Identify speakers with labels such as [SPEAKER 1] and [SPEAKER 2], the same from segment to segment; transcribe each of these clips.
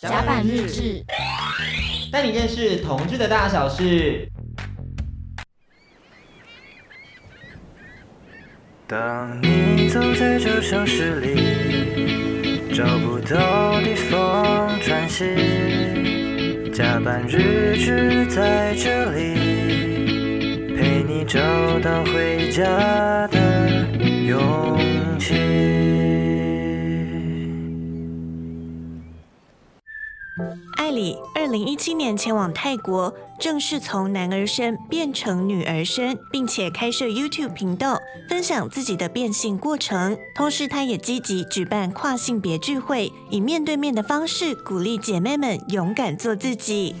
[SPEAKER 1] 甲板日志，
[SPEAKER 2] 带你认识同志的大小事。
[SPEAKER 3] 当你走在这城市里，找不到地方喘息，加班日志在这里，陪你找到回家的勇气。
[SPEAKER 4] 艾里二零一七年前往泰国，正式从男儿身变成女儿身，并且开设 YouTube 频道，分享自己的变性过程。同时，她也积极举办跨性别聚会，以面对面的方式鼓励姐妹们勇敢做自己。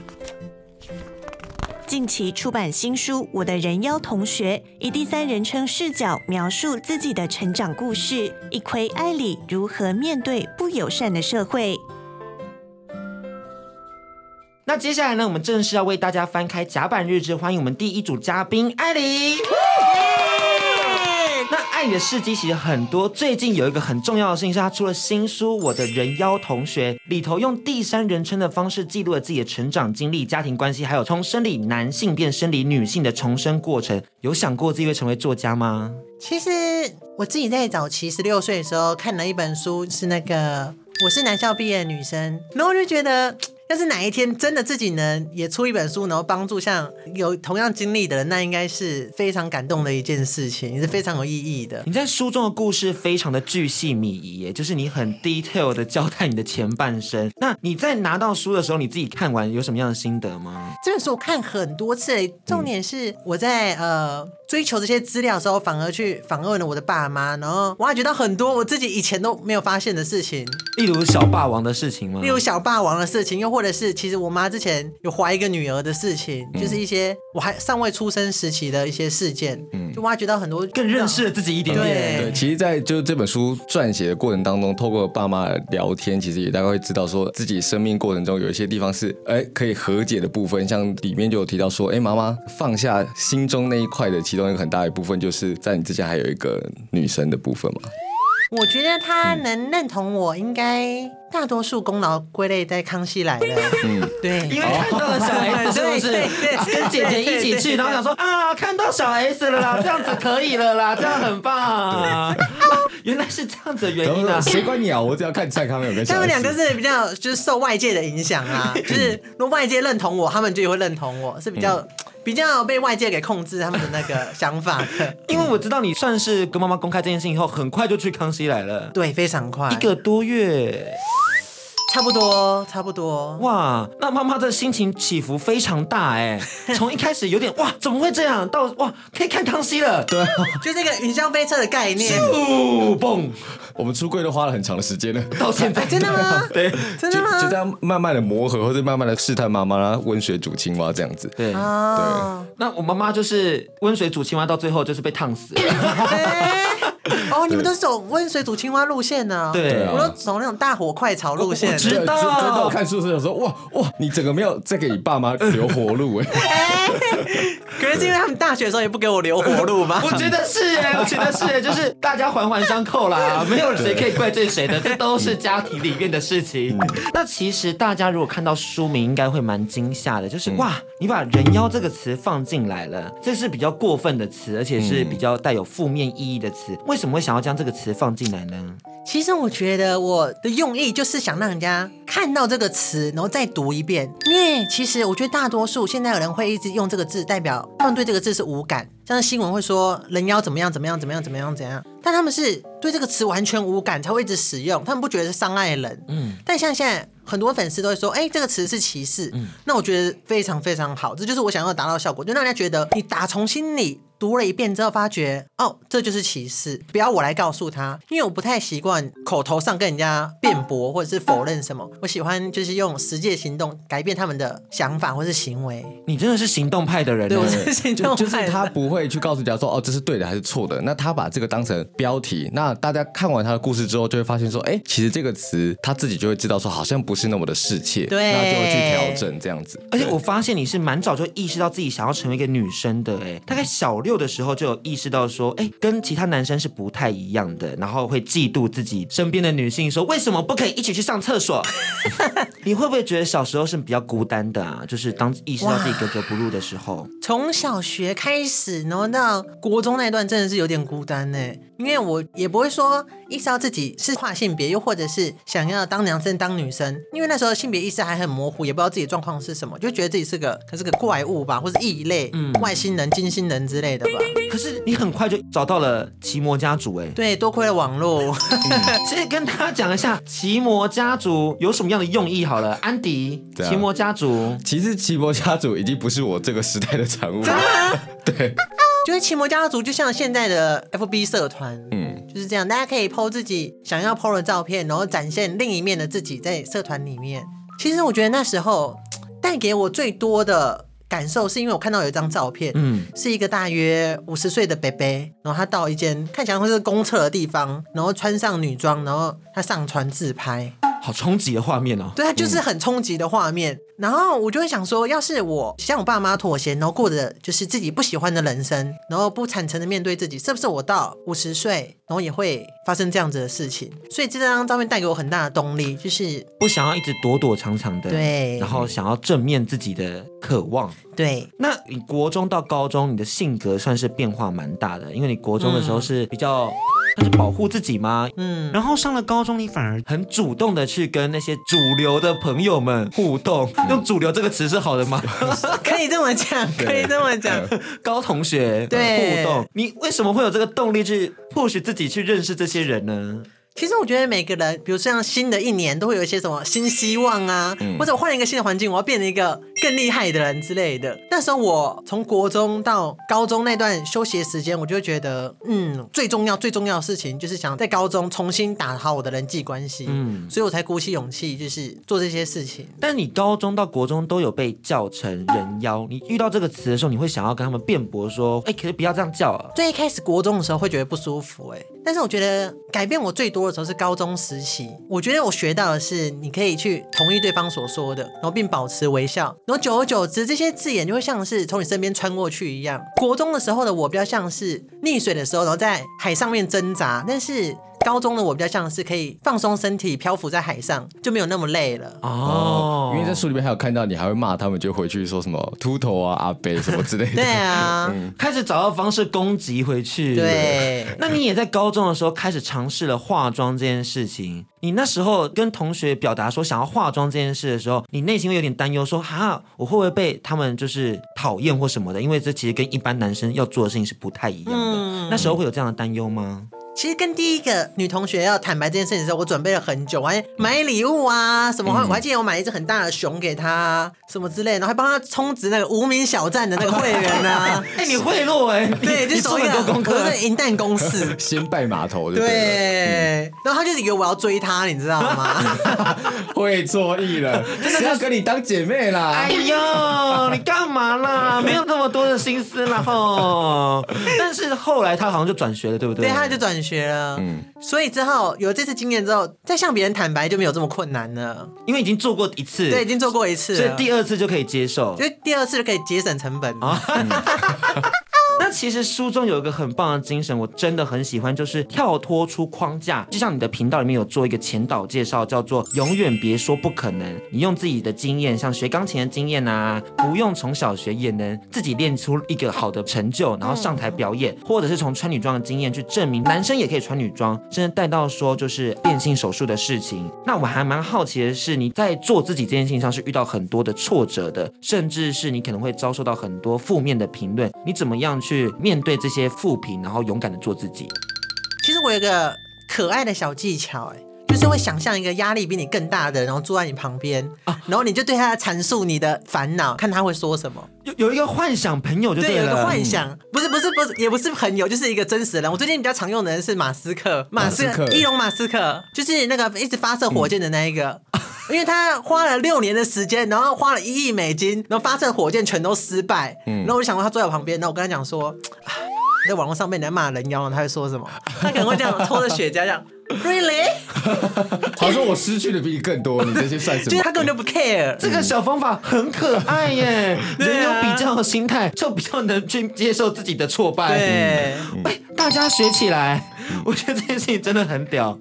[SPEAKER 4] 近期出版新书《我的人妖同学》，以第三人称视角描述自己的成长故事，一窥艾里如何面对不友善的社会。
[SPEAKER 2] 那接下来呢，我们正式要为大家翻开甲板日志，欢迎我们第一组嘉宾艾琳。那艾琳的事迹其实很多，最近有一个很重要的事情是，她出了新书《我的人妖同学》，里头用第三人称的方式记录了自己的成长经历、家庭关系，还有从生理男性变生理女性的重生过程。有想过自己会成为作家吗？
[SPEAKER 5] 其实我自己在早期十六岁的时候看了一本书，是那个我是男校毕业的女生，然后我就觉得。要是哪一天真的自己能也出一本书，然后帮助像有同样经历的人，那应该是非常感动的一件事情，也是非常有意义的。
[SPEAKER 2] 你在书中的故事非常的巨细靡遗，耶，就是你很 detail 的交代你的前半生。那你在拿到书的时候，你自己看完有什么样的心得吗？
[SPEAKER 5] 这本书我看很多次欸，重点是我在呃追求这些资料的时候，反而去访问了我的爸妈，然后挖掘到很多我自己以前都没有发现的事情，
[SPEAKER 2] 例如小霸王的事情吗？
[SPEAKER 5] 例如小霸王的事情，又或者是其实我妈之前有怀一个女儿的事情，就是
[SPEAKER 2] 嗯
[SPEAKER 5] 一些我还尚未出生时期的一些事件，就挖掘到很多
[SPEAKER 2] 嗯
[SPEAKER 5] 啊
[SPEAKER 2] 更认识了自己一点点。
[SPEAKER 6] 对，
[SPEAKER 5] 对。
[SPEAKER 6] 其实，在就这本书撰写的过程当中，透过爸妈的聊天，其实也大概会知道说自己生命过程中有一些地方是哎可以和解的部分，像里面就有提到说，哎，妈妈放下心中那一块的其中一个很大的部分，就是在你之前还有一个女生的部分嘛。
[SPEAKER 5] 我觉得他
[SPEAKER 2] 嗯
[SPEAKER 5] 能认同我，应该大多数功劳归类在康熙来了。
[SPEAKER 2] 因
[SPEAKER 5] 嗯，对
[SPEAKER 2] 为看到了小 S 是不是
[SPEAKER 5] 对对对
[SPEAKER 2] 跟姐姐一起去，然后想说啊，看到小 S 了啦，这样子可以了啦，这样很棒、啊。 原来是这样子的原因啊！
[SPEAKER 6] 谁管你啊？我只要看蔡康永跟小 S
[SPEAKER 5] 他们两个是比较就是受外界的影响啊，
[SPEAKER 2] 嗯
[SPEAKER 5] 就是如果外界认同我，他们就也会认同我，是比较、比较被外界给控制他们的那个想法 的。
[SPEAKER 2] 因为我知道你算是跟妈妈公开这件事情以后，很快就去康熙来了，
[SPEAKER 5] 对，非常快，
[SPEAKER 2] 一个多月。
[SPEAKER 5] 差不多，差不多。
[SPEAKER 2] 哇，那妈妈的心情起伏非常大 哎、从一开始有点哇，怎么会这样，到哇可以看康熙了，对，
[SPEAKER 5] 就这个云霄飞车的概念，
[SPEAKER 2] 蹦
[SPEAKER 6] 我们出柜都花了很长的时间了。
[SPEAKER 2] 到现在，
[SPEAKER 5] 啊真的吗？
[SPEAKER 2] 对
[SPEAKER 5] 真的
[SPEAKER 6] 就就这
[SPEAKER 5] 吗？
[SPEAKER 6] 样慢慢的磨合，或者慢慢的试探妈妈啦，温水煮青蛙这样子。
[SPEAKER 2] 对。
[SPEAKER 5] 哦，
[SPEAKER 2] 那我妈妈就是温水煮青蛙，到最后就是被烫死。
[SPEAKER 5] 哎 哦，你们都是走温水煮青蛙路线呢、
[SPEAKER 2] 对
[SPEAKER 6] 啊
[SPEAKER 5] 我都走那种大火快炒路线。
[SPEAKER 2] 知道
[SPEAKER 6] 对直直到我看书的时候说，哇哇，你整个没有再给你爸 妈留活路哎、
[SPEAKER 5] 可是因为他们大学的时候也不给我留活路 吧？
[SPEAKER 2] 我觉得是哎、我觉得是哎、就是大家环环相扣啦，没有谁可以怪罪谁的，这都是家庭里面的事情。那其实大家如果看到书名，应该会蛮惊吓的，就是、哇，你把“人妖”这个词放进来了，这是比较过分的词，而且是比较带有负面意义的词。为什么会想要将这个词放进来呢？
[SPEAKER 5] 其实我觉得我的用意就是想让人家看到这个词，然后再读一遍。因为其实我觉得大多数现在有人会一直用这个字，代表他们对这个字是无感。像新闻会说人妖怎么样怎么样怎么样怎么样怎样，但他们是对这个词完全无感，才会一直使用，他们不觉得是伤害人。嗯，但像现在。很多粉丝都会说：“哎、这个词是歧视。那我觉得非常非常好，这就是我想要达到的效果，就让人家觉得你打从心里读了一遍之后，发觉哦，这就是歧视，不要我来告诉他，因为我不太习惯口头上跟人家辩驳或者是否认什么，我喜欢就是用实际行动改变他们的想法或是行为。
[SPEAKER 2] 你真的是行动派的人、
[SPEAKER 5] 对我
[SPEAKER 2] 欸。
[SPEAKER 5] 是行
[SPEAKER 6] 就
[SPEAKER 5] 动
[SPEAKER 6] 就是
[SPEAKER 5] 派的
[SPEAKER 6] 他不会去告诉人家说哦这是对的还是错的，那他把这个当成标题，那大家看完他的故事之后就会发现说，哎、其实这个词他自己就会知道说好像不是那么的世切，
[SPEAKER 5] 对
[SPEAKER 6] 那就会去调整这样子。
[SPEAKER 2] 而且
[SPEAKER 6] 对
[SPEAKER 2] 我发现你是蛮早就意识到自己想要成为一个女生的、欸，哎，大概小六的时候就有意识到说，哎、跟其他男生是不太一样 的，然后会嫉妒自己身边的女性，说为什么不可以一起去上厕所？你会不会觉得小时候是比较孤单的啊？就是当意识到自己格格不入的时候，
[SPEAKER 5] 从小学开始，然后到国中那段，真的是有点孤单呢。因为我也不会说意识到自己是跨性别，又或者是想要当男生当女生，因为那时候性别意识还很模糊，也不知道自己状况是什么，就觉得自己是个可是个怪物吧，或是异类、外星人、金星人之类的吧。
[SPEAKER 2] 可是你很快就找到了奇摩家族、哎，
[SPEAKER 5] 对，多亏了网络。
[SPEAKER 2] 先跟大家讲一下奇摩家族有什么样的用意好了。安迪，
[SPEAKER 6] 对啊
[SPEAKER 2] 奇摩家族，
[SPEAKER 6] 其实奇摩家族已经不是我这个时代的产物了。对，
[SPEAKER 5] 就是奇摩家族，就像现在的 FB 社团，
[SPEAKER 6] 嗯，
[SPEAKER 5] 就是这样，大家可以 PO 自己想要 PO 的照片，然后展现另一面的自己在社团里面。其实我觉得那时候带给我最多的感受，是因为我看到有一张照片，
[SPEAKER 2] 嗯，
[SPEAKER 5] 是一个大约五十岁的伯伯，然后他到一间看起来像是公厕的地方，然后穿上女装，然后他上传自拍，
[SPEAKER 2] 好冲击的画面哦。
[SPEAKER 5] 对，它啊就是很冲击的画面。然后我就会想说，要是我向我爸妈妥协，然后过着就是自己不喜欢的人生，然后不坦诚的面对自己，是不是我到五十岁，然后也会发生这样子的事情？所以这张照片带给我很大的动力，就是
[SPEAKER 2] 不想要一直躲躲藏藏的，
[SPEAKER 5] 对
[SPEAKER 2] 然后想要正面自己的渴望。
[SPEAKER 5] 对
[SPEAKER 2] 那你国中到高中，你的性格算是变化蛮大的，因为你国中的时候是比较。那是保护自己吗？嗯，然后上了高中，你反而很主动的去跟那些主流的朋友们互动。
[SPEAKER 5] 嗯
[SPEAKER 2] 用“主流”这个词是好的吗？
[SPEAKER 5] 可以这么讲，可以这么讲。
[SPEAKER 2] 高同学
[SPEAKER 5] 对
[SPEAKER 2] 互动，你为什么会有这个动力去 push 自己去认识这些人呢？
[SPEAKER 5] 其实我觉得每个人，比如像新的一年，都会有一些什么新希望啊，或者我换了一个新的环境，我要变成一个更厉害的人之类的。那时候我从国中到高中那段休息的时间，我就觉得，嗯，最重要最重要的事情就是想在高中重新打好我的人际关系，嗯，所以我才鼓起勇气，就是做这些事情。
[SPEAKER 2] 但你高中到国中都有被叫成人妖，你遇到这个词的时候，你会想要跟他们辩驳说：“哎、可是不要这样叫、啊。
[SPEAKER 5] 最一开始国中的时候会觉得不舒服、哎，但是我觉得改变我最多的时候是高中时期。我觉得我学到的是，你可以去同意对方所说的，然后并保持微笑，然后久而久之，这些字眼就会像是从你身边穿过去一样。国中的时候的我比较像是溺水的时候，然后在海上面挣扎，但是。高中的我比较像是可以放松身体，漂浮在海上，就没有那么累了。
[SPEAKER 2] 哦
[SPEAKER 6] 哦，因为在书里面还有看到你还会骂他们，就回去说什么秃头啊、阿北什么之类的。。
[SPEAKER 5] 对啊，
[SPEAKER 2] 开始找到方式攻击回去。，
[SPEAKER 5] 对。
[SPEAKER 2] 那你也在高中的时候开始尝试了化妆这件事情。你那时候跟同学表达说想要化妆这件事的时候，你内心会有点担忧说，哈，我会不会被他们就是讨厌或什么的？因为这其实跟一般男生要做的事情是不太一样的。那时候会有这样的担忧吗？
[SPEAKER 5] 其实跟第一个女同学要坦白这件事情的时候，我准备了很久，我还买礼物啊，什么，
[SPEAKER 2] 嗯
[SPEAKER 5] 我还记得我买一只很大的熊给她啊，什么之类的，然后还帮她充值那个无名小站的那个会员
[SPEAKER 2] 。
[SPEAKER 5] 啊
[SPEAKER 2] 哎、你贿赂哎、你
[SPEAKER 5] 对，就
[SPEAKER 2] 你
[SPEAKER 5] 是
[SPEAKER 2] 做
[SPEAKER 5] 手一
[SPEAKER 2] 很
[SPEAKER 5] 个
[SPEAKER 2] 多功课，
[SPEAKER 5] 我是银弹公式
[SPEAKER 6] 先拜码头就对了，
[SPEAKER 5] 对，然后她就是以为我要追她，你知道 吗？
[SPEAKER 6] 会错意了，谁要跟你当姐妹啦
[SPEAKER 2] 哎？呦，你干嘛啦？没有那么多的心思啦吼。但是后来他好像就转学了，对不对？嗯
[SPEAKER 5] 对，她就转学了。所以之后有这次经验之后，再向别人坦白就没有这么困难了。
[SPEAKER 2] 因为已经做过一次，
[SPEAKER 5] 对，已，经做过一次
[SPEAKER 2] 所以
[SPEAKER 5] 了，
[SPEAKER 2] 第二次啊就可以接受
[SPEAKER 5] 所。以第二次就可以节省成本。
[SPEAKER 2] 那其实书中有一个很棒的精神，我真的很喜欢，就是跳脱出框架。就像你的频道里面有做一个前导介绍，叫做“永远别说不可能”。你用自己的经验，像学钢琴的经验啊，不用从小学也能自己练出一个好的成就，然后上台表演，或者是从穿女装的经验去证明男生也可以穿女装，甚至带到说就是变性手术的事情。那我还蛮好奇的是，你在做自己这件事情上是遇到很多的挫折的，甚至是你可能会遭受到很多负面的评论，你怎么样去面对这些负评，然后勇敢的做自己？
[SPEAKER 5] 其实我有一个可爱的小技巧、哎，就是会想象一个压力比你更大的人，然后坐在你旁边，然后你就对他阐述你的烦恼，看他会说什么。
[SPEAKER 2] 有有一个幻想朋友就
[SPEAKER 5] 对，有
[SPEAKER 2] 了，
[SPEAKER 5] 一个幻想，不是不是不是，也不是朋友，就是一个真实的人。我最近比较常用的人是马斯克，马斯
[SPEAKER 6] 马斯
[SPEAKER 5] 克，
[SPEAKER 6] 克
[SPEAKER 5] 伊隆马斯克，就是那个一直发射火箭的那一 个。因为他花了六年的时间，然后花了一亿美金，然后发射火箭全都失败。然后我就想说他坐在我旁边，然后我跟他讲说，唉在网络上被人家骂人妖，他会说什么？他可能会这样抽着雪茄这样 ，really？
[SPEAKER 6] 他说我失去的比你更多，你这些算什
[SPEAKER 5] 就是
[SPEAKER 6] 么
[SPEAKER 5] 他？根本就不 care。
[SPEAKER 2] 这个小方法很可爱耶，
[SPEAKER 5] 嗯 对
[SPEAKER 2] 人有
[SPEAKER 5] 啊
[SPEAKER 2] 比较心态，就比较能去接受自己的挫败。
[SPEAKER 5] 对，嗯
[SPEAKER 2] 哎，大家学起来，我觉得这件事情真的很屌。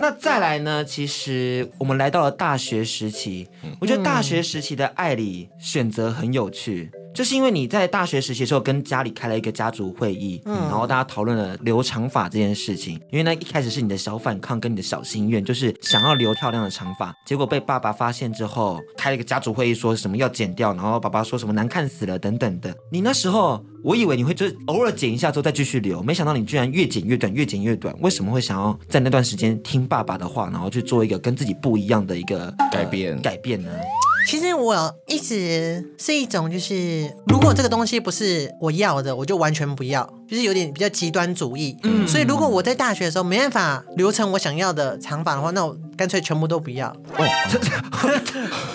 [SPEAKER 2] 那那再来呢？其实我们来到了大学时期，
[SPEAKER 5] 嗯
[SPEAKER 2] 我觉得大学时期的爱里选择很有趣。就是因为你在大学时期的时候跟家里开了一个家族会议，
[SPEAKER 5] 嗯
[SPEAKER 2] 然后大家讨论了留长发这件事情。因为那一开始是你的小反抗跟你的小心愿，就是想要留漂亮的长发，结果被爸爸发现之后，开了一个家族会议，说什么要剪掉，然后爸爸说什么难看死了等等的。你那时候我以为你会就是偶尔剪一下之后再继续留，没想到你居然越剪越短，越剪越短。为什么会想要在那段时间听爸爸的话，然后去做一个跟自己不一样的一个呃
[SPEAKER 6] 改变
[SPEAKER 2] 改变呢？
[SPEAKER 5] 其实我一直是一种，就是如果这个东西不是我要的，我就完全不要，就是有点比较极端主义。嗯，所以如果我在大学的时候没办法留成我想要的长发的话，那我干脆全部都不要。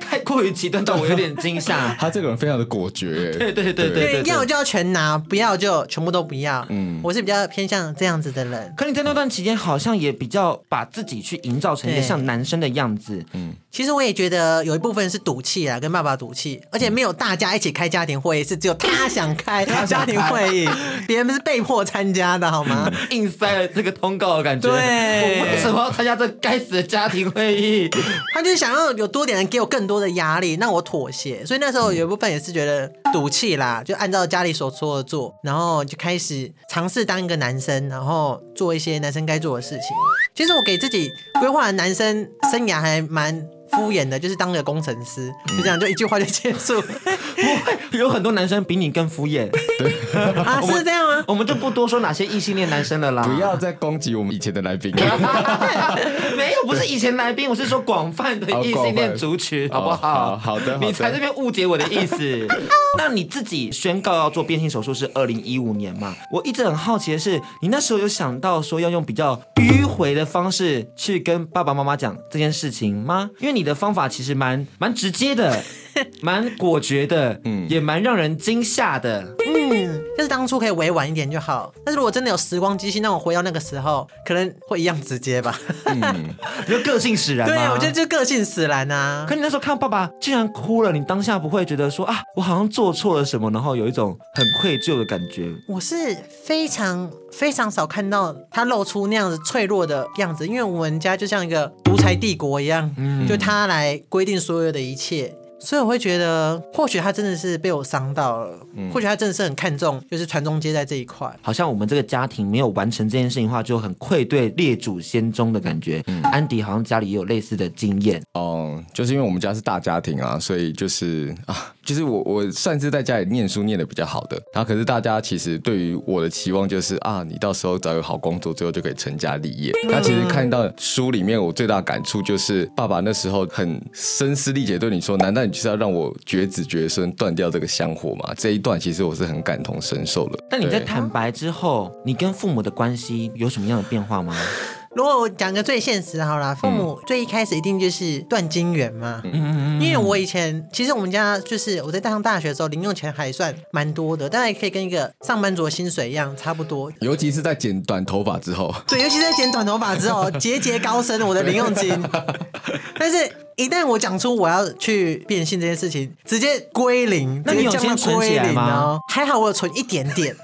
[SPEAKER 2] 太过于极端到我有点惊吓。
[SPEAKER 6] 他这个人非常的果决，
[SPEAKER 2] 对对对对
[SPEAKER 5] 对，要就要全拿，不要就全部都不要。
[SPEAKER 6] 嗯
[SPEAKER 5] 嗯，我是比较偏向这样子的人。
[SPEAKER 2] 可你在那段期间好像也比较把自己去营造成一个
[SPEAKER 5] 对
[SPEAKER 2] 像男生的样子，
[SPEAKER 5] 其实我也觉得有一部分是赌气啊，跟爸爸赌气，而且没有大家一起开家庭会议，是只有他想开家庭会议，别人是被迫参加的好 吗？
[SPEAKER 2] 硬塞了这个通告的感觉。
[SPEAKER 5] 对
[SPEAKER 2] 我为什么要参加这该死的家庭会议？
[SPEAKER 5] 他就是想要有多点人给我更多的压力，让我妥协。所以那时候有一部分也是觉得赌气啦，就按照家里所说的做，然后就开始尝试当一个男生，然后做一些男生该做的事情。其实我给自己规划的男生生涯还蛮敷衍的，就是当个工程师，就这样就一句话就结束
[SPEAKER 2] 有很多男生比你更敷衍，
[SPEAKER 5] 啊，是这样吗？
[SPEAKER 2] 我们就不多说哪些异性恋男生了啦。
[SPEAKER 6] 不要再攻击我们以前的来宾。
[SPEAKER 2] 没有，不是以前来宾，我是说广泛的异性恋族群，
[SPEAKER 6] 哦
[SPEAKER 2] 好不好？
[SPEAKER 6] 好好的好的
[SPEAKER 2] 你才这边误解我的意思。那你自己宣告要做变性手术是二零一五年嘛？我一直很好奇的是，你那时候有想到说要用比较迂回的方式去跟爸爸妈妈讲这件事情吗？因为你的方法其实蛮蛮直接的，蛮果决的，嗯，也蛮让人惊吓的。
[SPEAKER 5] 嗯，就是当初可以委婉一点就好。但是如果真的有时光机器，让我回到那个时候，可能会一样直接吧。
[SPEAKER 2] 你就个性使然
[SPEAKER 5] 对
[SPEAKER 2] 吗？
[SPEAKER 5] 啊，我觉得就个性使然啊。
[SPEAKER 2] 可你那时候看到爸爸竟然哭了，你当下不会觉得说啊，我好像做错了什么，然后有一种很愧疚的感觉？
[SPEAKER 5] 我是非常非常少看到他露出那样子脆弱的样子，因为我们家就像一个独裁帝国一样，就他来规定所有的一切。所以我会觉得，或许他真的是被我伤到了，或许他真的是很看重就是传宗接代这一块。
[SPEAKER 2] 好像我们这个家庭没有完成这件事情的话，就很愧对列祖先宗的感觉。安迪好像家里也有类似的经验，
[SPEAKER 6] 哦、就是因为我们家是大家庭啊，所以就是啊，就是我我算是在家里念书念的比较好的，然后可是大家其实对于我的期望就是啊，你到时候找一个好工作，最后就可以成家立业。
[SPEAKER 2] 嗯
[SPEAKER 6] 那其实看到书里面，我最大感触就是爸爸那时候很声嘶力竭对你说，难道你就是要让我绝子绝孙，断掉这个香火吗？这一段其实我是很感同身受的。
[SPEAKER 2] 但你在
[SPEAKER 6] 对
[SPEAKER 2] 坦白之后，你跟父母的关系有什么样的变化吗？
[SPEAKER 5] 如果我讲个最现实的好啦，父母最一开始一定就是断金源嘛。因为我以前其实我们家就是我在上大学的时候，零用钱还算蛮多的，大概可以跟一个上班族的薪水一样差不多。
[SPEAKER 6] 尤其是在剪短头发之后，
[SPEAKER 5] 对，尤其是在剪短头发之 后，节节高升我的零用金。但是，一旦我讲出我要去变性这件事情，直接归零，
[SPEAKER 2] 那
[SPEAKER 5] 直
[SPEAKER 2] 你
[SPEAKER 5] 接
[SPEAKER 2] 有
[SPEAKER 5] 降
[SPEAKER 2] 先
[SPEAKER 5] 到
[SPEAKER 2] 存起
[SPEAKER 5] 归
[SPEAKER 2] 来
[SPEAKER 5] 零
[SPEAKER 2] 吗
[SPEAKER 5] 哦。还好我有存一点 点，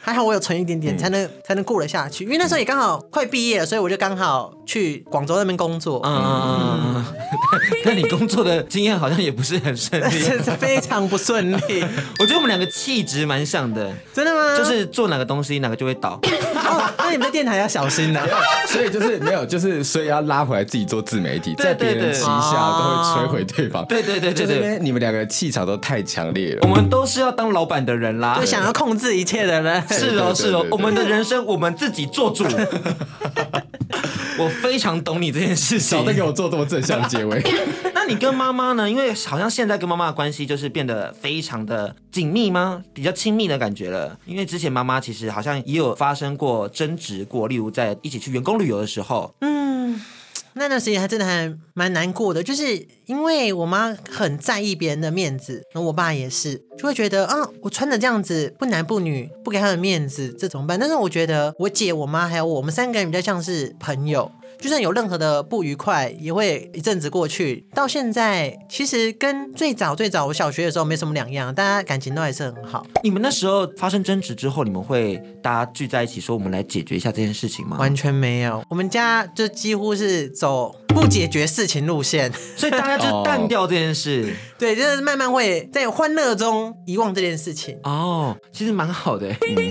[SPEAKER 5] 还好我有存一点点，才能、才能过得下去。因为那时候也刚好快毕业了，所以我就刚好去广州那边工作。
[SPEAKER 2] 嗯嗯嗯， 但你工作的经验好像也不是很顺利。
[SPEAKER 5] 真是非常不顺利，
[SPEAKER 2] 我觉得我们两个气质蛮像的，
[SPEAKER 5] 真的吗？
[SPEAKER 2] 就是做哪个东西哪个就会倒。
[SPEAKER 5] 哦，那你们在电台要小心 啊呐、
[SPEAKER 6] 所以就是没有，就是所以要拉回来自己做自媒体，
[SPEAKER 2] 对
[SPEAKER 6] 在别
[SPEAKER 2] 对
[SPEAKER 6] 人
[SPEAKER 2] 对
[SPEAKER 6] 旗下都
[SPEAKER 5] 哦
[SPEAKER 6] 会摧毁对方。
[SPEAKER 2] 对对对对
[SPEAKER 6] 就是因
[SPEAKER 2] 对，
[SPEAKER 6] 为你们两个气场都太强烈
[SPEAKER 2] 我
[SPEAKER 6] 了。
[SPEAKER 2] 们都是要当老板的人啦，
[SPEAKER 5] 就想要控制一切的人。
[SPEAKER 2] 是哦，
[SPEAKER 6] 对对对
[SPEAKER 2] 是哦
[SPEAKER 6] 对，对
[SPEAKER 2] 我们的人生我们自己做 主。我非常懂你这件事情
[SPEAKER 6] 少。在给我做这么正向的结 尾，
[SPEAKER 2] 那你跟妈妈呢？因为好像现在跟妈妈的关系就是变得非常的紧密吗？比较亲密的感觉了。因为之前妈妈其实好像也有发生过争执过，例如在一起去员工旅游的时候，
[SPEAKER 5] 那段时间还真的还蛮难过的，就是因为我妈很在意别人的面子，然后我爸也是，就会觉得啊，我穿的这样子不男不女，不给他们面子，这怎么办？但是我觉得我姐、我妈还有我我们三个人比较像是朋友。就算有任何的不愉快，也会一阵子过去。到现在，其实跟最早最早我小学的时候没什么两样，大家感情都还是很好，
[SPEAKER 2] 你们那时候发生争执之后，你们会大家聚在一起说我们来解决一下这件事情吗？
[SPEAKER 5] 完全没有。我们家就几乎是走不解决事情路线，
[SPEAKER 2] 所以大家就
[SPEAKER 6] 哦
[SPEAKER 2] 淡掉这件事
[SPEAKER 5] 对，就是慢慢会在欢乐中遗忘这件事情。
[SPEAKER 2] 哦，其实蛮好的欸。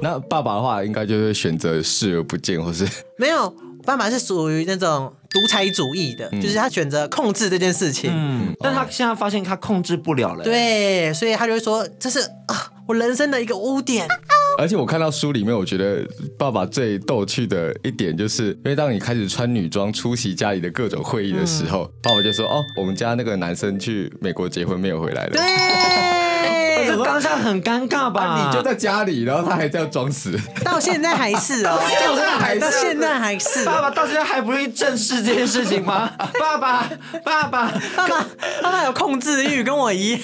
[SPEAKER 6] 那爸爸的话，应该就是选择视而不见，或是
[SPEAKER 5] 没有，我爸爸是属于那种独裁主义的，就是他选择控制这件事情。
[SPEAKER 2] 嗯，但
[SPEAKER 6] 哦
[SPEAKER 2] 他现在发现他控制不了了。，
[SPEAKER 5] 对，所以他就会说这是啊我人生的一个污点。
[SPEAKER 6] 而且我看到书里面，我觉得爸爸最逗趣的一点，就是因为当你开始穿女装出席家里的各种会议的时
[SPEAKER 2] 嗯
[SPEAKER 6] 候，爸爸就说：“哦，我们家那个男生去美国结婚没有回来的。”
[SPEAKER 5] 对，
[SPEAKER 2] 这当下很尴尬吧？
[SPEAKER 6] 哎啊，你就在家里，然后他还这样装死，
[SPEAKER 5] 到现在还是哦，
[SPEAKER 2] 到现在还是啊
[SPEAKER 5] 到现在还是哦
[SPEAKER 2] 爸
[SPEAKER 5] 爸
[SPEAKER 2] 爸到现在还不愿意正视这件事情吗？ 爸爸，爸爸，
[SPEAKER 5] 爸爸爸有控制欲，跟我一样。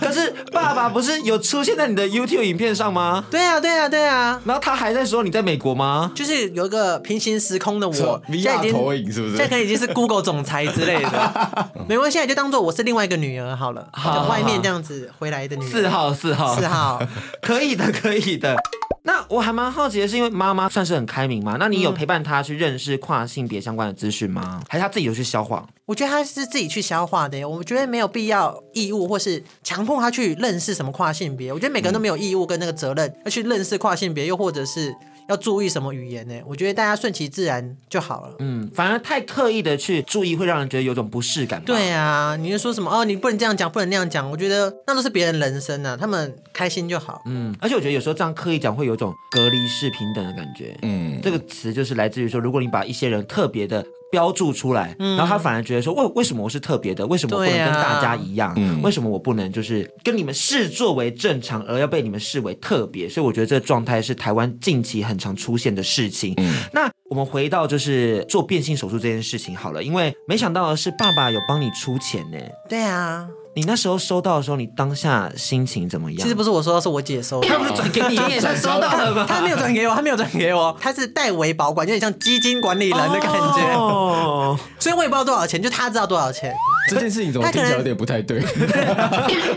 [SPEAKER 2] 可是爸爸不是有出现在你的 YouTube 影片上吗？
[SPEAKER 5] 对啊，对啊，对啊，
[SPEAKER 2] 然后他还在说你在美国吗？
[SPEAKER 5] 就是有一个平行时空的
[SPEAKER 6] 是吧
[SPEAKER 5] 我，现在已
[SPEAKER 6] ，VR
[SPEAKER 5] 经
[SPEAKER 6] 投影是不
[SPEAKER 5] 现
[SPEAKER 6] 是
[SPEAKER 5] 在？可能已经是 Google 总裁之 类的，没关系，就当做我是另外一个女儿好了，
[SPEAKER 2] 好
[SPEAKER 5] 就外面这样子回来的女
[SPEAKER 2] 四
[SPEAKER 5] 儿。
[SPEAKER 2] 号，四号，
[SPEAKER 5] 四，号，
[SPEAKER 2] 可以的，可以的。那我还蛮好奇的是，因为妈妈算是很开明嘛，那你
[SPEAKER 5] 嗯
[SPEAKER 2] 有陪伴她去认识跨性别相关的资讯吗？还是她自己有去消化？
[SPEAKER 5] 我觉得他是自己去消化的耶，我觉得没有必要义务或是强迫他去认识什么跨性别。我觉得每个人都没有义务跟那个责任要去认识跨性别，又或者是要注意什么语言呢？我觉得大家顺其自然就好了。
[SPEAKER 2] 嗯，反而太刻意的去注意，会让人觉得有种不适感吧。
[SPEAKER 5] 对啊，你就说什么哦，你不能这样讲，不能那样讲。我觉得那都是别人人生啊，他们开心就好。
[SPEAKER 2] 嗯，而且我觉得有时候这样刻意讲，会有一种隔离式平等的感觉。
[SPEAKER 6] 嗯，
[SPEAKER 2] 这个词就是来自于说，如果你把一些人特别的标注出来，然后他反而觉得说，为为什么我是特别的？为什么我不能
[SPEAKER 5] 对啊
[SPEAKER 2] 跟大家一样？为什么我不能就是跟你们视作为正常，而要被你们视为特别？所以我觉得这个状态是台湾近期很常出现的事情。那我们回到就是做变性手术这件事情好了，因为没想到的是，爸爸有帮你出钱呢。
[SPEAKER 5] 对啊，
[SPEAKER 2] 你那时候收到的时候，你当下心情怎么样？
[SPEAKER 5] 其实不是我收到，是我姐收的。
[SPEAKER 2] 他不是转给你，你也算收到了吧？
[SPEAKER 5] 他没有转给我，他没有转给我，他是代为保管，有点像基金管理人的感觉，
[SPEAKER 2] 哦，
[SPEAKER 5] 所以我也不知道多少钱，就他知道多少钱。
[SPEAKER 6] 这件事情怎么
[SPEAKER 5] 他可
[SPEAKER 6] 听起
[SPEAKER 5] 能
[SPEAKER 6] 来有点不太对？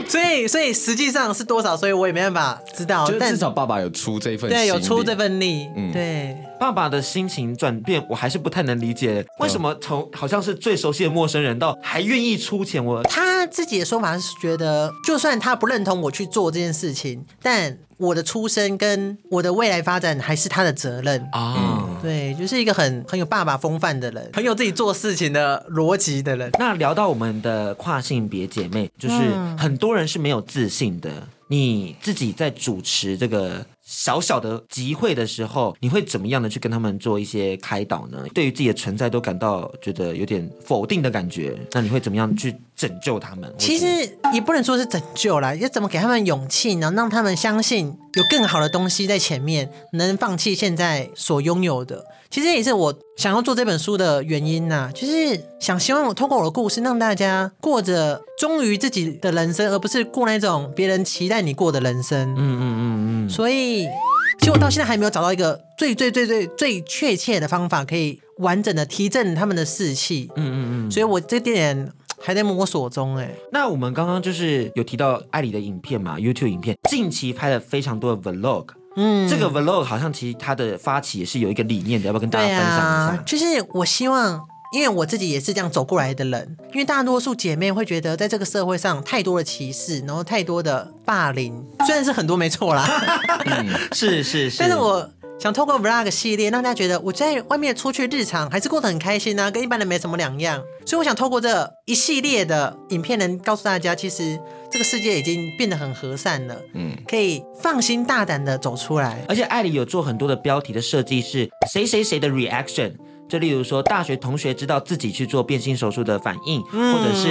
[SPEAKER 5] 所以，所以实际上是多少，所以我也没办法知道
[SPEAKER 6] 就。是
[SPEAKER 5] 哦但
[SPEAKER 6] 至少爸爸有出这份心
[SPEAKER 5] 对
[SPEAKER 6] 力，
[SPEAKER 5] 有出这份力，
[SPEAKER 6] 嗯
[SPEAKER 5] 对，
[SPEAKER 2] 爸爸的心情转变，我还是不太能理
[SPEAKER 5] 嗯
[SPEAKER 2] 解，为什么从好像是最熟悉的陌生人到还愿意出钱，我
[SPEAKER 5] 他自己的说法是觉得，就算他不认同我去做这件事情，但我的出生跟我的未来发展还是他的责任。
[SPEAKER 2] 啊。
[SPEAKER 5] 对，就是一个很很有爸爸风范的人，很有自己做事情的逻辑的人。
[SPEAKER 2] 那聊到我们的跨性别姐妹，就是
[SPEAKER 5] 嗯
[SPEAKER 2] 很多人是没有自信的。你自己在主持这个小小的集会的时候，你会怎么样的去跟他们做一些开导呢？对于自己的存在都感到觉得有点否定的感觉，那你会怎么样去拯救他们？
[SPEAKER 5] 其实也不能说是拯救啦，也怎么给他们勇气呢？让他们相信有更好的东西在前面，能放弃现在所拥有的。其实也是我想要做这本书的原因呐、就是想希望我通过我的故事，让大家过着忠于自己的人生，而不是过那种别人期待你过的人生。
[SPEAKER 2] 嗯嗯嗯嗯，
[SPEAKER 5] 所以，其实我到现在还没有找到一个最最最最最确切的方法，可以完整的提振他们的士气。嗯嗯嗯，所以我这点还在摸索中、哎。
[SPEAKER 2] 那我们刚刚就是有提到艾里的影片嘛，YouTube 影片，近期拍了非常多的 Vlog。嗯，这个 Vlog 好像其实它的发起也是有一个理念的，要不要跟大家
[SPEAKER 5] 对
[SPEAKER 2] 分享一
[SPEAKER 5] 啊
[SPEAKER 2] 下，？
[SPEAKER 5] 就是我希望，因为我自己也是这样走过来的人，因为大多数姐妹会觉得，在这个社会上太多的歧视，然后太多的霸凌， 虽然是很多没错啦，
[SPEAKER 2] 是是是，
[SPEAKER 5] 但是我。想透过 vlog 系列，让大家觉得我在外面出去日常还是过得很开心啊，跟一般人没什么两样。所以我想透过这一系列的影片，能告诉大家，其实这个世界已经变得很和善了，嗯，可以放心大胆的走出 来。
[SPEAKER 2] 而且艾里有做很多的标题的设计是谁谁谁的
[SPEAKER 5] 嗯
[SPEAKER 2] reaction，就例如说大学同学知道自己去做变性手术的反应，或者是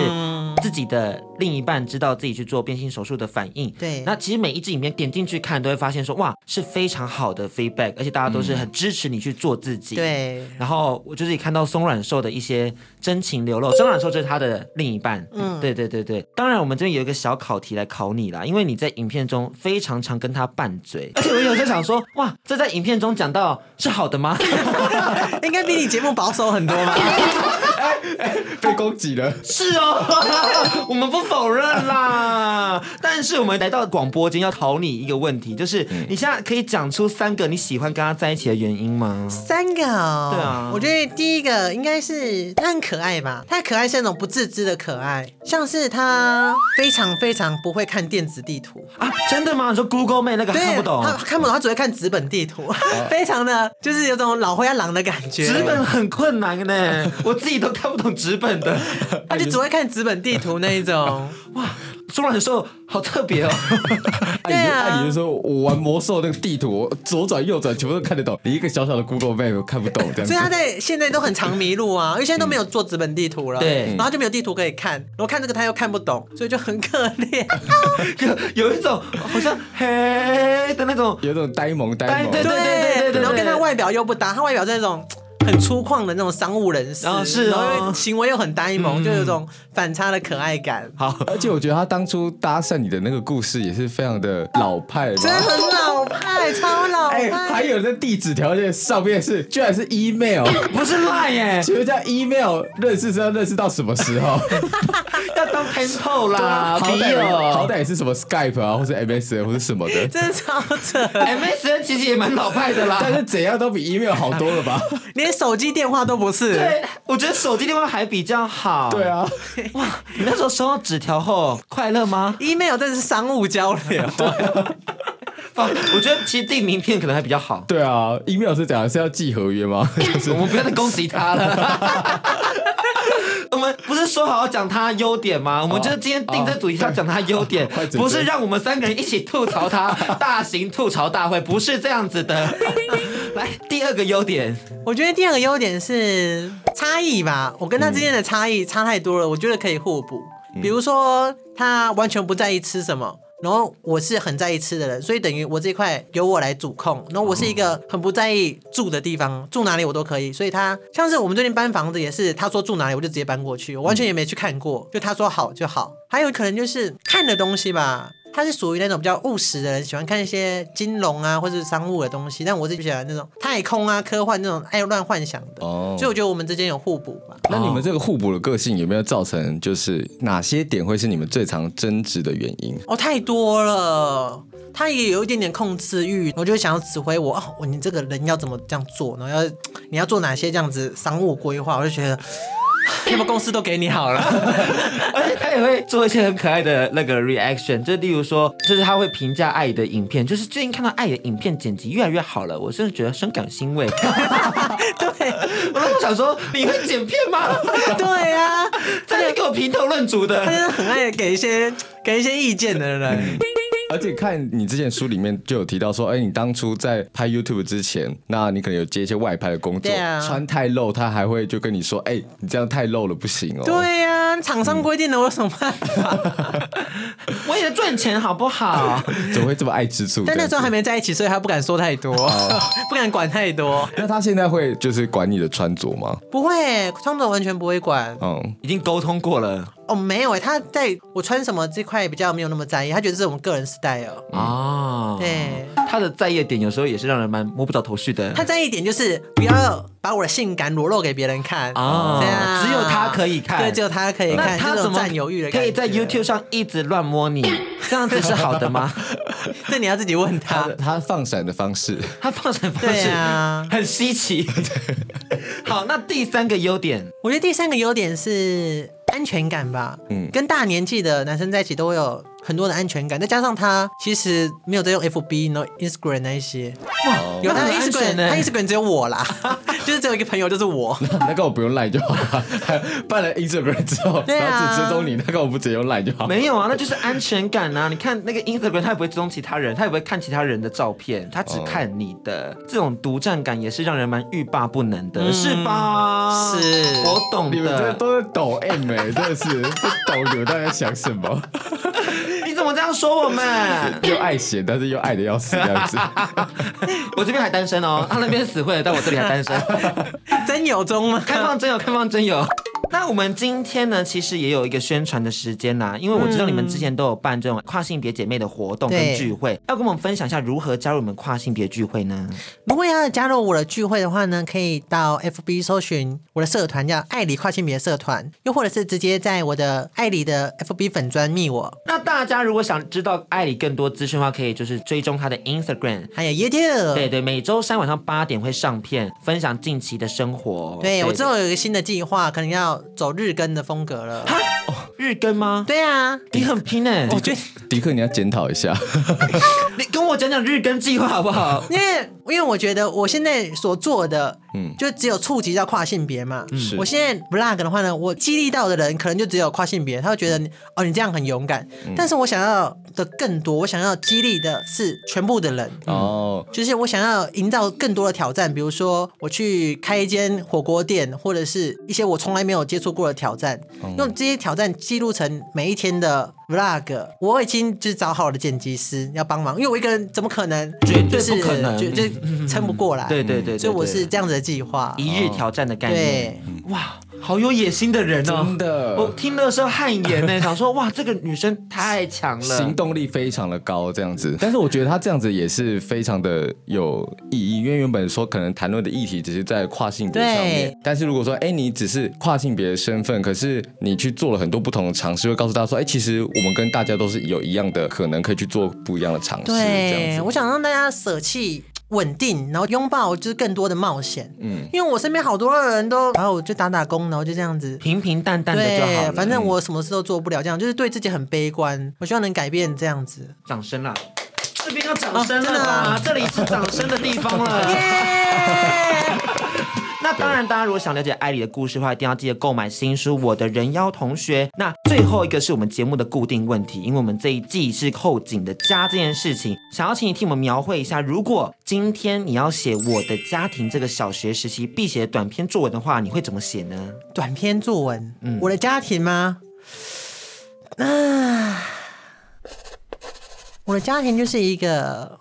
[SPEAKER 2] 自己的另一半知道自己去做变性手术的反应。
[SPEAKER 5] 对
[SPEAKER 2] 那其实每一支影片点进去看，都会发现说，哇，是非常好的 feedback，而且大家都是很支持你去做自己。。
[SPEAKER 5] 嗯对，
[SPEAKER 2] 然后我就是也看到松软寿的一些真情流露，松软寿就是他的另一半，嗯，对对对对。当然，我们这边有一个小考题来考你啦，因为你在影片中非常常跟他拌嘴，而且我有在想说，哇，这在影片中讲到是好的吗？
[SPEAKER 5] 应该比你节目保守很多 吧？
[SPEAKER 6] 被攻击了。
[SPEAKER 2] 是哦， 我们不否认啦。但是我们来到广播间要考你一个问题，就是你现在可以讲出三个你喜欢跟他在一起的原因吗？
[SPEAKER 5] 三个哦，
[SPEAKER 2] 对啊
[SPEAKER 5] 我觉得第一个应该是他很可爱吧，他的可爱是那种不自知的可爱，像是他非常非常不会看电子地图，
[SPEAKER 2] 啊，真的吗？你说 Google Map 那个 看不懂哦
[SPEAKER 5] 他，看不懂，他只会看纸本地图，非常的就是有种老灰太狼的感觉，
[SPEAKER 2] 纸本很困难 呢，我自己都看不懂纸本的。哎
[SPEAKER 5] 他就只会看纸本地图那一 种，
[SPEAKER 2] 松软兽好特别哦，
[SPEAKER 6] 哎你就
[SPEAKER 5] 啊
[SPEAKER 6] 哎你就说我玩魔兽那个地图，我左转右转全部都看得懂，你一个小小的 Google Map 看不懂这样
[SPEAKER 5] 所以他
[SPEAKER 6] 子。
[SPEAKER 5] 在现在都很常迷路啊，因为现在都没有做纸本地图了，
[SPEAKER 2] 对
[SPEAKER 5] 然后就没有地图可以看，然后看这个他又看不懂，所以就很可怜。
[SPEAKER 2] 有有一种好像嘿的那种，
[SPEAKER 6] 有种呆萌呆
[SPEAKER 2] 呆
[SPEAKER 6] 萌，
[SPEAKER 2] 对对对对对
[SPEAKER 5] 然后跟他
[SPEAKER 2] 对
[SPEAKER 5] 外表又不搭，他外表是那种很粗犷的那种商务人士，
[SPEAKER 2] 啊是哦嗯
[SPEAKER 5] 然后又行为又很呆萌，就有种反差的可爱感。
[SPEAKER 2] 好，
[SPEAKER 6] 而且我觉得他当初搭讪你的那个故事也是非常的老派吧。
[SPEAKER 5] 真的很老派，超老
[SPEAKER 6] 哎，
[SPEAKER 5] 派。
[SPEAKER 6] 还有那地址条件上面是，居然是 email，
[SPEAKER 2] 不是赖耶，
[SPEAKER 6] 请问叫 email 认识是要认识到什么时 候？
[SPEAKER 2] 要当 pencil
[SPEAKER 5] 啊
[SPEAKER 2] 啦，哦
[SPEAKER 6] 好
[SPEAKER 2] 笔
[SPEAKER 6] 歹啊好
[SPEAKER 2] 友。
[SPEAKER 6] 歹也是什么 Skype 啊，或是 MSN 或是什么的，
[SPEAKER 5] 真的超扯，
[SPEAKER 2] MSN 其实也蛮老派的啦，
[SPEAKER 6] 但是怎样都比 email 好多 了吧？
[SPEAKER 5] 连手机电话都不是。
[SPEAKER 2] 对，我觉得手机电话还比较好。
[SPEAKER 6] 对，啊，
[SPEAKER 2] 哇，你那时候收到纸条后快乐吗？
[SPEAKER 5] email 真的是商务交流，
[SPEAKER 2] 不我觉得其实订名片可能还比较好。
[SPEAKER 6] 对啊，email 是怎样？是要寄合 约吗？就 是
[SPEAKER 2] 我们不要再攻击他了。我们不是说好要讲他优点吗？我们就是今天定这主题是要讲他优点
[SPEAKER 6] 快，点
[SPEAKER 2] 不是让我们三个人一起吐槽他，大型吐槽大会不是这样子的。来，第二个优点，
[SPEAKER 5] 我觉得第二个优点是差异吧，我跟他之间的差异差太多了，我觉得可以互补。比如说，他完全不在意吃什么，然后我是很在意吃的人，所以等于我这一块由我来主控。然后我是一个很不在意住的地方，住哪里我都可以。所以他像是我们最近搬房子也是，他说住哪里我就直接搬过去，我完全也没去看过，就他说好就好。还有可能就是看的东西吧。他是属于那种比较务实的人，喜欢看一些金融啊或者是商务的东西，但我是喜欢那种太空啊、科幻那种爱乱幻想的。
[SPEAKER 6] 哦
[SPEAKER 5] 所以我觉得我们之间有互补吧。
[SPEAKER 6] 那你们这个互补的个性有没有造成，就是哪些点会是你们最常争执的原因？
[SPEAKER 5] 哦，太多了。他也有一点点控制欲，我就会想要指挥我哦，你这个人要怎么这样做，然后要你要做哪些这样子商务规划，我就觉得， 要不公司都给你好了。
[SPEAKER 2] 而且他也会做一些很可爱的那个 reaction，就例如说，就是他会评价爱的影片，就是最近看到爱的影片剪辑越来越好了，我真的觉得深感欣慰。
[SPEAKER 5] 对
[SPEAKER 2] 我那时候想说，你会剪片吗？
[SPEAKER 5] 对啊，
[SPEAKER 2] 在那边给我评头论足
[SPEAKER 5] 他真
[SPEAKER 2] 的。
[SPEAKER 5] 的很爱给一些给一些意见的人。
[SPEAKER 6] 而且看你之前书里面就有提到说，哎、你当初在拍 YouTube 之前，那你可能有接一些外拍的工作，
[SPEAKER 5] 对啊
[SPEAKER 6] 穿太露，他还会就跟你说，哎、你这样太露了不行哦。
[SPEAKER 5] 对呀、厂商规定的，我有什么办法？
[SPEAKER 2] 我也赚钱好不好？
[SPEAKER 6] 怎么会这么爱吃醋？
[SPEAKER 5] 但那时候还
[SPEAKER 6] 没。
[SPEAKER 5] 没在一起，所以他不敢说太多，
[SPEAKER 2] 啊
[SPEAKER 5] 不敢管太多。
[SPEAKER 6] 那他现在会就是管你的穿着吗？
[SPEAKER 5] 不会，窗总完全不会管。
[SPEAKER 6] 嗯，
[SPEAKER 2] 已经沟通过了
[SPEAKER 5] 哦，没有哎，他在我穿什么这块比较没有那么在意，他觉得这是我们个人 style。
[SPEAKER 2] 啊。，
[SPEAKER 5] 对，
[SPEAKER 2] 他的在意的点有时候也是让人蛮摸不着头绪的
[SPEAKER 5] 他在意一点就是不要把我的性感裸露给别人看
[SPEAKER 2] 啊
[SPEAKER 5] 对啊，
[SPEAKER 2] 只有他可以看
[SPEAKER 5] 对，只有他可以
[SPEAKER 2] 那
[SPEAKER 5] 看，
[SPEAKER 2] 他
[SPEAKER 5] 这
[SPEAKER 2] 怎
[SPEAKER 5] 种
[SPEAKER 2] 么
[SPEAKER 5] 占有欲的感觉
[SPEAKER 2] 可以在 YouTube 上一直乱摸你？这样子是好的吗？
[SPEAKER 5] 这你要自己问
[SPEAKER 6] 他
[SPEAKER 5] 他。
[SPEAKER 6] 他放闪的方式，
[SPEAKER 2] 他放闪方式
[SPEAKER 5] 对啊
[SPEAKER 2] 很稀 奇。好，那第三个优点
[SPEAKER 5] 我觉得第三个优点是安全感吧，
[SPEAKER 6] 嗯
[SPEAKER 5] 跟大年纪的男生在一起都会有很多的安全感，再加上他其实没有在用 FB、然后 Instagram 那一些，
[SPEAKER 6] 哦
[SPEAKER 5] 有他的
[SPEAKER 2] 那很安全
[SPEAKER 5] Instagram，
[SPEAKER 2] 欸
[SPEAKER 5] 他 Instagram 只有 我啦，就是只有一个朋友，就是我。
[SPEAKER 6] 那个我不用赖就好了。 办了 Instagram 之后，
[SPEAKER 5] 对啊
[SPEAKER 6] 然后只追踪你，那个我不直接用赖就好。
[SPEAKER 2] 没有啊，那就是安全感啊！你看那个 Instagram，他也不会追踪其他人，他也不会看其他人的照片，他只看你的。这种独占感也是让人蛮欲罢不能的，是吧？
[SPEAKER 5] 是
[SPEAKER 2] 我懂
[SPEAKER 6] 你们这
[SPEAKER 2] 的。
[SPEAKER 6] 都是抖 M 哎、真的是不懂你们到底在想 什么？
[SPEAKER 2] 你怎么这样说我们？
[SPEAKER 6] 又爱闲，但是又爱的要死这样子。
[SPEAKER 2] 我这边还单身哦，他那边死会了，但我这里还单身。
[SPEAKER 5] 真有中吗？
[SPEAKER 2] 开放真友，开放真友。那我们今天呢，其实也有一个宣传的时间啦，因为我知道你们之前都有办这种跨性别姐妹的活动跟
[SPEAKER 5] 对
[SPEAKER 2] 聚会，要跟我们分享一下如何加入你们跨性别聚会呢？
[SPEAKER 5] 如果要加入我的聚会的话呢，可以到 FB 搜寻我的社团叫爱理跨性别社团，又或者是直接在我的爱理的 FB 粉专密我，
[SPEAKER 2] 那大家如果想知道艾里更多资讯的话，可以就是追踪她的 Instagram。
[SPEAKER 5] 还有 YouTube。
[SPEAKER 2] 对对，每周三晚上八点会上片，分享近期的生活。
[SPEAKER 5] 对我之后有一个新的计划，可能要走日更的风格了。
[SPEAKER 2] 哦日更吗？
[SPEAKER 5] 对啊，
[SPEAKER 2] 你很拼哎、
[SPEAKER 5] 我觉得，
[SPEAKER 6] 迪克，你要检讨 一下，
[SPEAKER 2] 你跟我讲讲日更计划好不 好？
[SPEAKER 5] 因为因为我觉得我现在所做的，嗯，就只有触及到跨性别嘛。
[SPEAKER 6] 是
[SPEAKER 5] 我现在 vlog 的话呢，我激励到的人可能就只有跨性别，他会觉得你哦你这样很勇敢，但是我想要的更多，我想要激励的是全部的人。
[SPEAKER 6] 哦，
[SPEAKER 5] 就是我想要营造更多的挑战，比如说我去开一间火锅店，或者是一些我从来没有接触过的挑战，
[SPEAKER 2] 哦
[SPEAKER 5] 用这些挑战记录成每一天的 vlog。我已经就是找好了剪辑师要帮忙，因为我一个人怎么可能？
[SPEAKER 2] 绝对
[SPEAKER 5] 就是
[SPEAKER 2] 不可能
[SPEAKER 5] 就就撑不过来。
[SPEAKER 2] 对对对对对
[SPEAKER 5] 所以我是这样子的计划。
[SPEAKER 2] 一日挑战的概念
[SPEAKER 5] 哦对。，
[SPEAKER 2] 哇，好有野心的人哦！
[SPEAKER 6] 真的
[SPEAKER 2] 我听的时候汗颜 呢，想说哇，这个女生太强了。
[SPEAKER 6] 行动力非常的高，这样子。但是我觉得他这样子也是非常的有意义，因为原本说可能谈论的议题只是在跨性别上面
[SPEAKER 5] 对，
[SPEAKER 6] 但是如果说哎、你只是跨性别的身份，可是你去做了很多不同的尝试，会告诉大家说，哎、其实我们跟大家都是有一样的可能，可以去做不一样的尝试，这样
[SPEAKER 5] 对，
[SPEAKER 6] 子。
[SPEAKER 5] 我想让大家舍弃稳定，然后拥抱就是更多的冒险。嗯，因为我身边好多人都，然后我就打打工，然后就这样子。
[SPEAKER 2] 平平淡淡的就好
[SPEAKER 5] 对
[SPEAKER 2] 了，。嗯
[SPEAKER 5] 反正我什么事都做不了，这样就是对自己很悲观。我希望能改变这样子。
[SPEAKER 2] 掌声啦，这边要掌声了
[SPEAKER 5] 哦真的
[SPEAKER 2] 啦
[SPEAKER 5] 啊，
[SPEAKER 2] 这里是掌声的地方 了。那当然，大家如果想了解艾莉的故事的话，一定要记得购买新书《我的人妖同学》。那最后一个是我们节目的固定问题，因为我们这一季是后景的家这件事情，想要请你替我们描绘一下，如果今天你要写我的家庭这个小学时期必写的短篇作文的话，你会怎么写呢？
[SPEAKER 5] 短篇作文，我的家庭吗？啊，我的家庭就是一个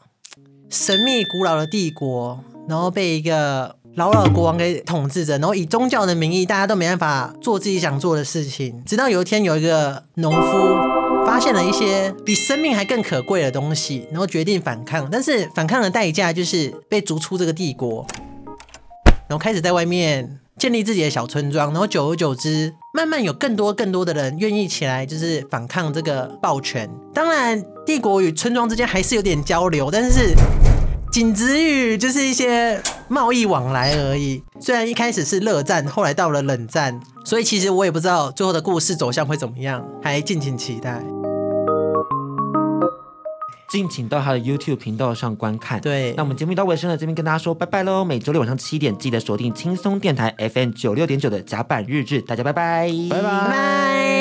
[SPEAKER 5] 神秘古老的帝国，然后被一个老老国王给统治着，然后以宗教的名义，大家都没办法做自己想做的事情。直到有一天，有一个农夫发现了一些比生命还更可贵的东西，然后决定反抗。但是反抗的代价就是被逐出这个帝国。然后开始在外面建立自己的小村庄，然后久而久之，慢慢有更多更多的人愿意起来，就是反抗这个暴权。当然，帝国与村庄之间还是有点交流，但是仅止于就是一些贸易往来而已。虽然一开始是热战，后来到了冷战，所以其实我也不知道最后的故事走向会怎么样，还敬请期待。
[SPEAKER 2] 敬请到他的 YouTube 频道上观看。
[SPEAKER 5] 对
[SPEAKER 2] 那我们节目到尾声了，这边跟大家说拜拜喽！每周六晚上七点记得锁定轻松电台 FM 九六点九的甲板日志，大家拜拜，拜拜
[SPEAKER 5] 拜拜。